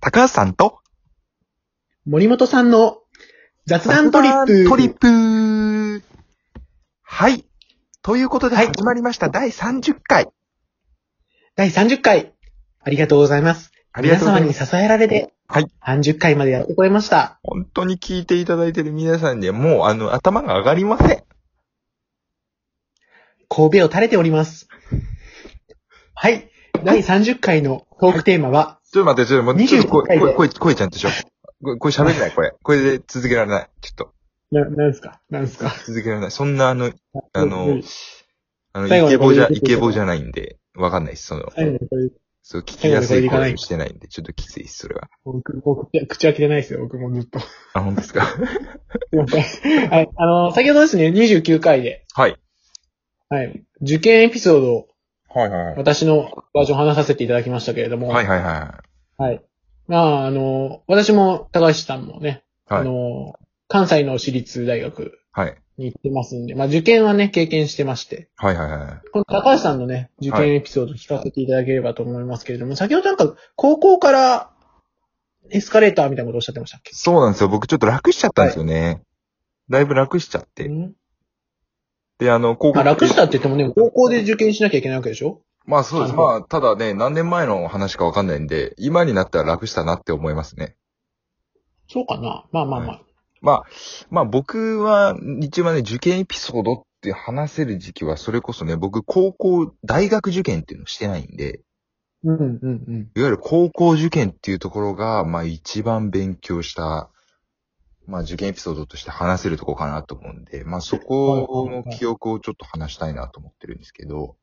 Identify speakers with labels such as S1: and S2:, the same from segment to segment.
S1: 高橋さんと
S2: 森本さんの雑談トリップ。
S1: トリップはい。ということで
S2: はい
S1: 始まりました、第30回。
S2: 第30回。ありがとうございます。
S1: ありがとうございます。
S2: 皆様に支えられて、
S1: はい。
S2: 30回までやってこれました。
S1: 本当に聞いていただいてる皆さんにはもう、あの、頭が上がりません。
S2: 神戸を垂れております。はい。第30回のトークテーマは、
S1: ちょっと待って、ちょっと待って、ちょっと
S2: 25回
S1: 声、
S2: で
S1: 声、声、声ちゃんとしょ。声、声喋れない、これ。これで続けられない。ちょっと、
S2: な、なんですかなんですか
S1: 続けられない。そんな、あの、あの、あの、
S2: 最後
S1: イケ
S2: に
S1: ボじゃ、
S2: これ
S1: イ
S2: 言ってくださ
S1: ケ
S2: い
S1: ボじゃないんで、わかんないです、その、
S2: 最後にこれ
S1: そう、聞きやすい
S2: 最後にこれ言わな
S1: 声
S2: い
S1: にしてないんで、ちょっときついです、それは。
S2: 僕、僕、いや口開けてないですよ。僕もずっと。す
S1: あ、本当ですか
S2: いません。はい。あの、先ほどですね、29回で、
S1: はい。
S2: はい。受験エピソードを
S1: はいはいはい。
S2: 私のバージョンを話させていただきましたけれども、
S1: はいはいは
S2: はい。まあ、あの、私も高橋さんもね、
S1: い。は
S2: あ
S1: い。
S2: の、関西の私立大学
S1: はい。
S2: に行ってますんで、まあ受験はね、経験してまして、
S1: はいはいはい。
S2: この高橋さんのね、受験エピソード聞かせていただければと思いますけれども、先ほどなんか、高校からエスカレーターみたいなことをおっしゃってましたっけ
S1: そうなんですよ。僕ちょっと楽しちゃったんですよね。だいぶ楽しちゃって。
S2: ん
S1: で、あの、高
S2: まあ楽したたって言ってもね、高校で受験しなきゃいけないわけでしょ
S1: まあそうです。
S2: あの
S1: まあ、ただね、何年前の話かわかんないんで、今になったら楽したなって思いますね。
S2: そうかなまあまあまあ。
S1: まあ、まあ僕は、一番ね、受験エピソードって話せる時期は、それこそね、僕、高校、大学受験っていうのをしてないんで、
S2: うんうんうん。
S1: いわゆる高校受験っていうところが、まあ一番勉強した、まあ受験エピソードとして話せるところかなと思うんで、まあそこの記憶をちょっと話したいなと思ってるんですけど、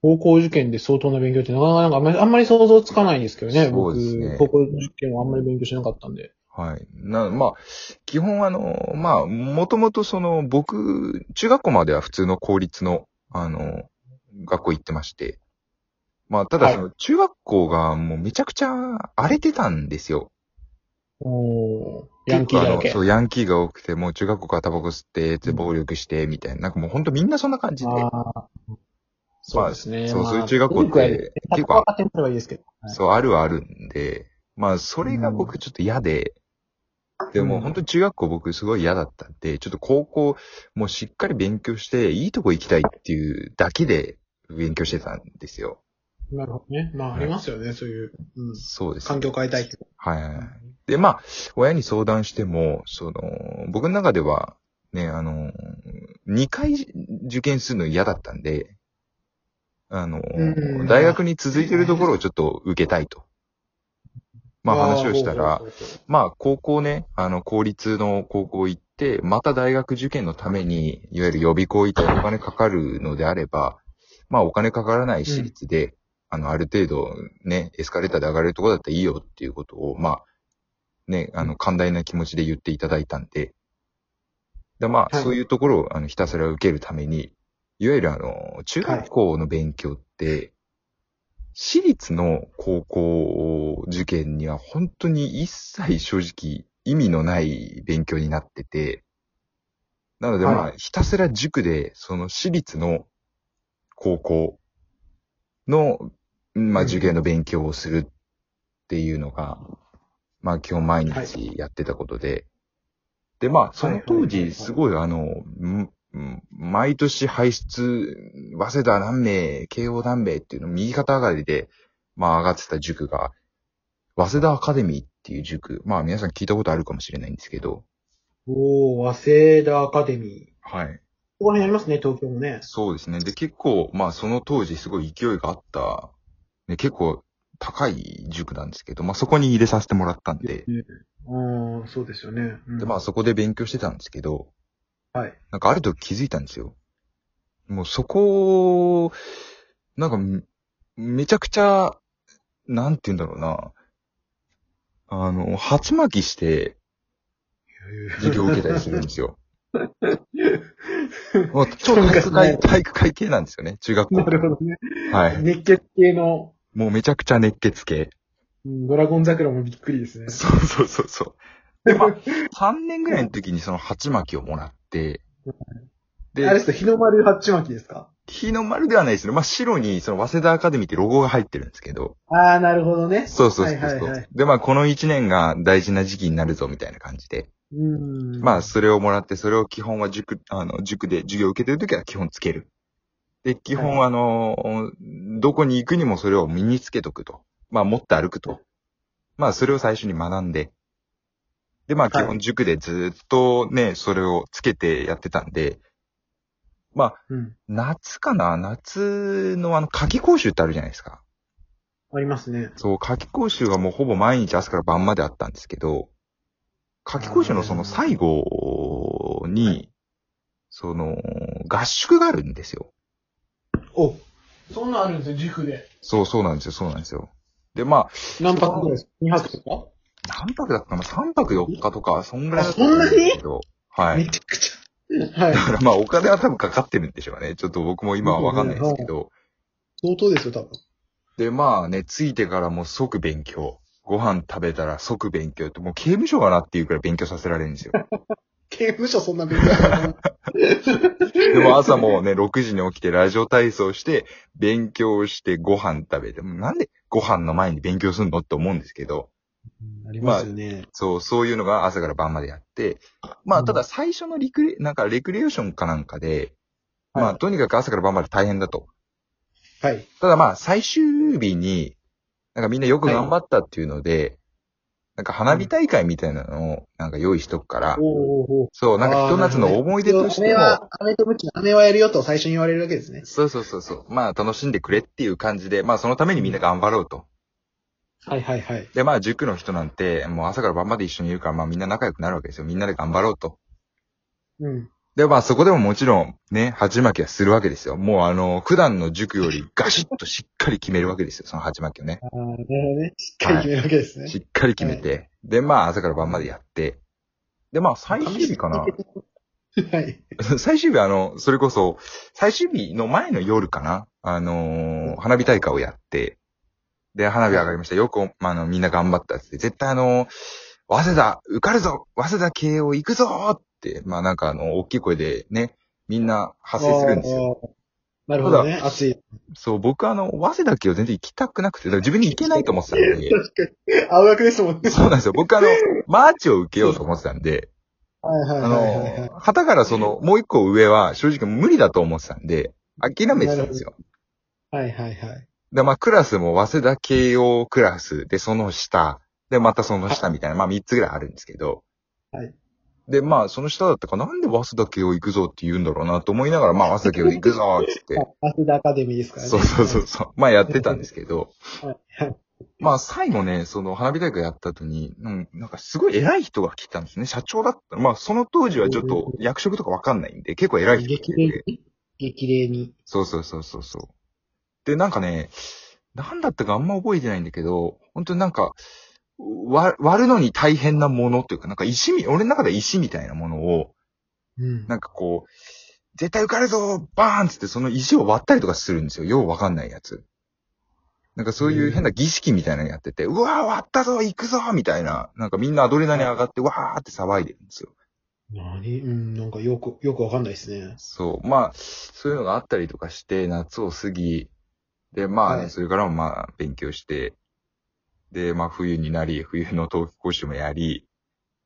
S2: 高校受験で相当な勉強ってなかなかなんかあんまりあんまり想像つかないんですけどね。
S1: そうですね
S2: 僕、高校受験はあんまり勉強しなかったんで。
S1: はい。な、まあ、基本あの、まあ、もともとその、僕、中学校までは普通の公立の、あの、学校行ってまして、まあ、ただその、中学校がもうめちゃくちゃ荒れてたんですよ。
S2: おーヤンキーだ
S1: 結構あの
S2: らけ。
S1: そう、ヤンキーが多くて、もう中学校からタバコ吸って、で暴力して、みたいな。なんかもうほんとみんなそんな感じで。
S2: あーそうですね。
S1: そう、
S2: まあ
S1: そういう中学校っ
S2: 古くはね
S1: て、結
S2: 高
S1: 構、
S2: かってればいいですけど。はい
S1: そう、あるはあるんで、まあ、それが僕ちょっと嫌で、でも
S2: うん
S1: 本当に中学校僕すごい嫌だったんで、ちょっと高校、もうしっかり勉強して、いいとこ行きたいっていうだけで勉強してたんですよ。
S2: なるほどね。まあ、ありますよね、そういう。うん。
S1: そうですね
S2: 環境変えたいって。
S1: はいはいはい。で、まあ、親に相談しても、その、僕の中では、ね、あの、2回受験するの嫌だったんで、あの
S2: う、ん
S1: 大学に続いてるところをちょっと受けたいと。まあ話をしたら
S2: ほ、うほうほう
S1: まあ高校ね、あの、公立の高校行って、また大学受験のために、いわゆる予備校行ってお金かかるのであれば、まあお金かからない私立で、あの、ある程度ね、エスカレーターで上がれるとこだったらいいよっていうことを、まあ、ね、あの、寛大な気持ちで言っていただいたんで、でまあ、
S2: はい
S1: そういうところを、あの、ひたすら受けるために、いわゆるあの、中学校の勉強って、私立の高校受験には本当に一切正直意味のない勉強になってて、なのでまあ、
S2: は
S1: ひたすら塾で、その私立の高校の、まあ
S2: うん
S1: 受験の勉強をするっていうのが、まあ基本毎日やってたことで、でまあその当
S2: はいはいはい
S1: 時
S2: はい
S1: すごいあの、んん毎年排出、早稲田何名、慶応何名っていうの右肩上がりで、まあ上がってた塾が、早稲田アカデミーっていう塾、まあ皆さん聞いたことあるかもしれないんですけど、
S2: おー、早稲田アカデミー。
S1: はい。
S2: ここら辺ありますね、東京もね。
S1: そうですね。で、結構、まあその当時すごい勢いがあった、ね、結構高い塾なんですけど、まあそこに入れさせてもらったんで、
S2: うん、そうですよね。うん
S1: で、まあそこで勉強してたんですけど、
S2: はい。
S1: なんかある時気づいたんですよ。もうそこを、なんかめ、めちゃくちゃ、なんて言うんだろうな。あの、鉢巻きして授業を受けたりするんですよ。もう超体育会、体育会系なんですよね、中学校。
S2: なるほどね。
S1: はい。
S2: 熱血系の、
S1: もうめちゃくちゃ熱血 系。
S2: うんドラゴン桜もびっくりですね。
S1: そうそうそうそう。で、まあ、3年ぐらいの時にその鉢巻きをもらって、
S2: あれですか、日の丸ハッチ巻きですか
S1: 日の丸ではないですね。まあ、白に、その、早稲田アカデミーってロゴが入ってるんですけど。
S2: ああ、なるほどね。
S1: そうそうそうそう、
S2: はいはいはい
S1: で、まあ、この一年が大事な時期になるぞ、みたいな感じで。
S2: うん。
S1: まあ、それをもらって、それを基本は塾、あの、塾で授業を受けてるときは基本つける。で、基本はあの、どこに行くにもそれを身につけとくと。まあ、持って歩くと。まあ、それを最初に学んで。で、まあ、基
S2: は
S1: 本塾でずっとね、それをつけてやってたんで、まあ、
S2: うん。
S1: 夏かな夏のあの、夏季講習ってあるじゃないですか。
S2: ありますね。
S1: そう、夏季講習はもうほぼ毎日朝から晩まであったんですけど、夏季講習のその最後に、
S2: はい
S1: その、合宿があるんですよ。
S2: お、そんなんあるんですよ、塾で。
S1: そう、そうなんですよ、そうなんですよ。で、まあ、
S2: 何泊ぐらいですか ?2 泊と
S1: 何泊だったかな ?3 泊4日とか、そんぐらいだった
S2: あそんなに
S1: ですけど、
S2: か
S1: は
S2: め
S1: い。
S2: ちゃくちゃ。はい
S1: だ。からまあ、お金は多分かかってるんでしょうね。ちょっと僕も今はわかんないですけど。
S2: 相当ですよ、多分。
S1: で、まあね、着いてからもう即勉強。ご飯食べたら即勉強って、もう刑務所かなっていうくらい勉強させられるんですよ。
S2: 刑務所そんな勉強しない。
S1: でも朝もうね、6時に起きてラジオ体操して、勉強してご飯食べて、もうなんでご飯の前に勉強するのって思うんですけど、
S2: うんありますよね。
S1: そう、そういうのが朝から晩までやって、まあただ最初のリクレ、なんかレクレーションかなんかで、まあとにかく朝から晩まで大変だと。
S2: はい。
S1: ただまあ最終日に、なんかみんなよく頑張ったっていうので、なんか花火大会みたいなのをなんか用意しとくから、
S2: おーおーおー
S1: そう、なんかひと夏の思い出として
S2: 飴
S1: も、
S2: は、飴とムチの飴はやるよと最初に言われるわけですね。
S1: そうそうそうそう。まあ楽しんでくれっていう感じで、まあそのためにみんな頑張ろうと。
S2: はいはいはい。
S1: で、まあ塾の人なんて、もう朝から晩まで一緒にいるから、まあみんな仲良くなるわけですよ。みんなで頑張ろうと。
S2: うん。
S1: で、まあそこでももちろんね、鉢巻きはするわけですよ。もうあの、普段の塾よりガシッとしっかり決めるわけですよ。その鉢巻きをね。
S2: ああ、なるほどね。しっかり決めるわけですね。
S1: しっかり決めて。で、まあ朝から晩までやって。で、まあ最終日かな。
S2: はい。
S1: 最終日あの、それこそ、最終日の前の夜かなあのー花火大会をやって、で、花火上がりました。よく、まああの、みんな頑張ったっつって、絶対あのー早稲田受かるぞ早稲田慶応行くぞって、まあなんかあの、大きい声でね、みんな発声するんですよ。
S2: よ。なるほどね。熱い。
S1: そう、僕あの、早稲田慶応全然行きたくなくて、だから自分に行けないと思ってたのに、
S2: 確かに。青学ですもんね。
S1: そうなんですよ。僕あの、マーチを受けようと思ってたんで、
S2: はいはい
S1: あ
S2: はいはいはい。
S1: の、旗からその、もう一個上は正直無理だと思ってたんで、諦めてたんですよ。
S2: はいはいはい。
S1: で、まあ、クラスも、早稲田慶応クラス、で、その下、で、またその下みたいな、まあ、3つぐらいあるんですけど。
S2: はい。
S1: で、まあ、その下だったから、なんで早稲田慶応行くぞって言うんだろうなと思いながら、まあ、早稲田慶応行くぞっつって。
S2: アスダアカデミーですからね。
S1: そうそうそうそう。まあ、やってたんですけど。
S2: はい。はい
S1: まあ、最後ね、その、花火大会やった後に、うん、なんか、すごい偉い人が来たんですね。社長だった。まあ、その当時はちょっと、役職とかわかんないんで、結構偉い人が来
S2: 激
S1: て
S2: 励
S1: て。
S2: に激励に。
S1: そうそうそうそうそう。で、なんかね、なんだったかあんま覚えてないんだけど、本当になんか、わ割るのに大変なものっていうか、なんか石み、俺の中で石みたいなものを、
S2: うん。
S1: なんかこう、絶対受かるぞバーンっつってその石を割ったりとかするんですよ。ようわかんないやつ。なんかそういう変な儀式みたいなのやってて、うわー割ったぞ行くぞみたいな、なんかみんなアドレナリン上がってわーって騒いでるんですよ。
S2: 何うん、なんかよく、よくわかんないですね。
S1: そう。まあ、そういうのがあったりとかして、夏を過ぎ、で、まあね、
S2: はい
S1: それからもまあ、勉強して、で、まあ、冬になり、冬の冬季講習もやり、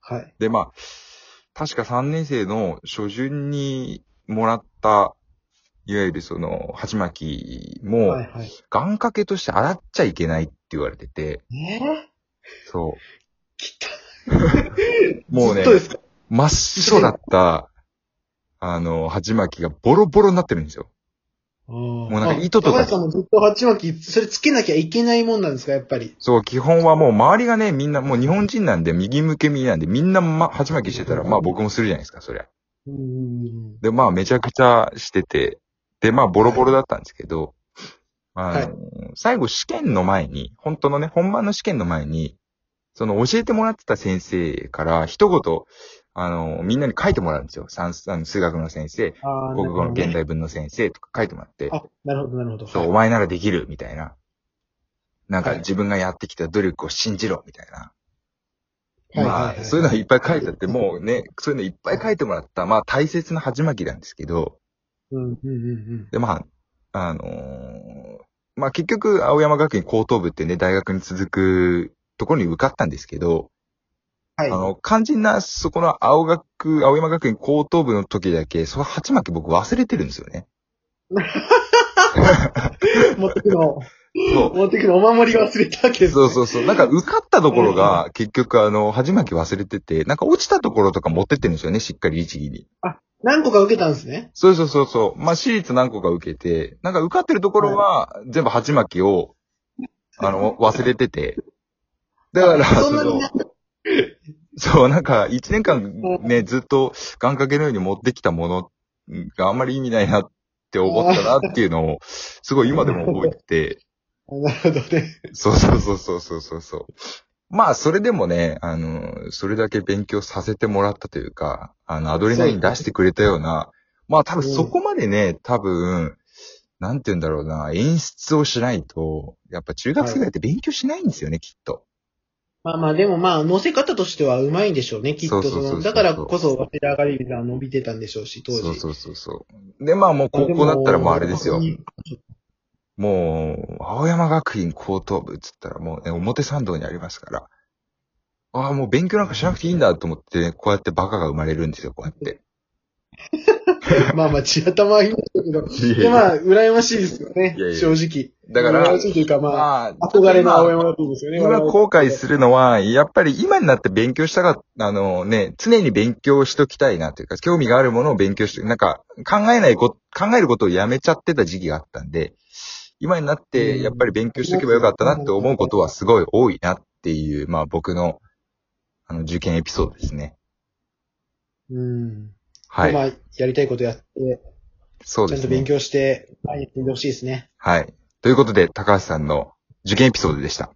S2: はい。
S1: で、まあ、確か3年生の初旬にもらった、いわゆるその、鉢巻きも
S2: は、いはい。
S1: 願掛けとして洗っちゃいけないって言われてて、
S2: え
S1: そ
S2: き
S1: う。 もうね
S2: ずっと、ですか
S1: 真っ白だった、あの、鉢巻きがボロボロになってるんですよ。
S2: も
S1: うなんか糸とか
S2: 高橋さんもずっと鉢巻き、それつけなきゃいけないもんなんですか、やっぱり。
S1: そう、基本はもう周りがね、みんな、もう日本人なんで、右向け右なんで、みんな、ま、鉢巻きしてたら、まあ僕もするじゃないですか、そりゃ。
S2: うん。
S1: で、まあめちゃくちゃしてて、で、まあボロボロだったんですけど、あの、
S2: はい
S1: 最後試験の前に、本当のね、本番の試験の前に、その教えてもらってた先生から一言、あの、みんなに書いてもらうんですよ。算数あの数学の先生、
S2: ああ、
S1: 国語の現代文の先生とか書いてもらって、
S2: あ、なるほど、なるほど。
S1: そう、お
S2: はい
S1: 前ならできる、みたいな。なんか
S2: はい
S1: 自分がやってきた努力を信じろ、みたいな。
S2: はい
S1: ま
S2: はいは
S1: あ、
S2: い
S1: そういうのいっぱい書いてあって、もうね、そういうのいっぱい書いてもらった、まあ大切な鉢巻きなんですけど、
S2: うん、うん、うん
S1: で、まあ、あのーまあ結局、青山学院高等部ってね、大学に続くところに受かったんですけど、
S2: うん。
S1: あ
S2: は
S1: の、肝心な、そこの青学、青山学院高等部の時だけ、その鉢巻き僕忘れてるんですよね。
S2: い。持ってくの、
S1: そう。
S2: 持ってくのお守り忘れたわけです、
S1: そうそうそう。なんか受かったところが、結局あの、鉢巻き忘れてて、なんか落ちたところとか持ってってるんですよね、しっかり律儀に。
S2: 何個か受けたんですね。
S1: そうそうそうそう。まあ、私立何個か受けて、なんか受かってるところは、全部鉢巻きを、あの、忘れてて。だから、
S2: そ
S1: そ
S2: んなに
S1: の、そう、なんか、一年間ね、ずっと願掛けのように持ってきたものがあんまり意味ないなって思ったなっていうのを、すごい今でも覚えてて、
S2: なるほどね。
S1: そうそうそうそうそうそうそう。まあ、それでもね、あの、それだけ勉強させてもらったというか、あの、アドレナリン出してくれたような、まあ、多分そこまでね、多分、なんて言うんだろうな、演出をしないと、やっぱ中学生ぐらいって勉強しないんですよね、きっと。
S2: まあまあ、でもまあ、乗せ方としてはうまいんでしょうね、きっと。
S1: そうそうそう
S2: そ
S1: そ
S2: の
S1: う
S2: だからこそ、ワテラガリビザは伸びてたんでしょうし、当時。
S1: そうそうそうそう。で、まあ、もう高校だったらもうあれですよ。もう、青山学院高等部っつったらもうね、表参道にありますから。ああ、もう勉強なんかしなくていいんだと思って、ね、こうやってバカが生まれるんですよ、こうやって。
S2: まあまあ、血頭はいいんだけど。
S1: いやい
S2: で、
S1: や
S2: まあ、羨ましいですよね
S1: いやい、や
S2: 正直。
S1: だから
S2: 羨ましいというか、まあ、
S1: まあ、
S2: 憧れの
S1: ちょ
S2: 青
S1: っ
S2: 山学院ですよ
S1: と
S2: ね。
S1: 今、今後悔するのは、やっぱり今になって勉強したかった、あのね、常に勉強しときたいなというか、興味があるものを勉強して、なんか、考えないこ、考えることをやめちゃってた時期があったんで、今になって、やっぱり勉強しとけばよかったなって思うことはすごい多いなっていう、まあ僕の、あの、受験エピソードですね。
S2: うん。
S1: はい。
S2: まあ、やりたいことやって、
S1: そう
S2: ち
S1: で
S2: ゃん
S1: す
S2: と勉
S1: ね。
S2: 強して、毎日見てほしいですね。
S1: はい。ということで、高橋さんの受験エピソードでした。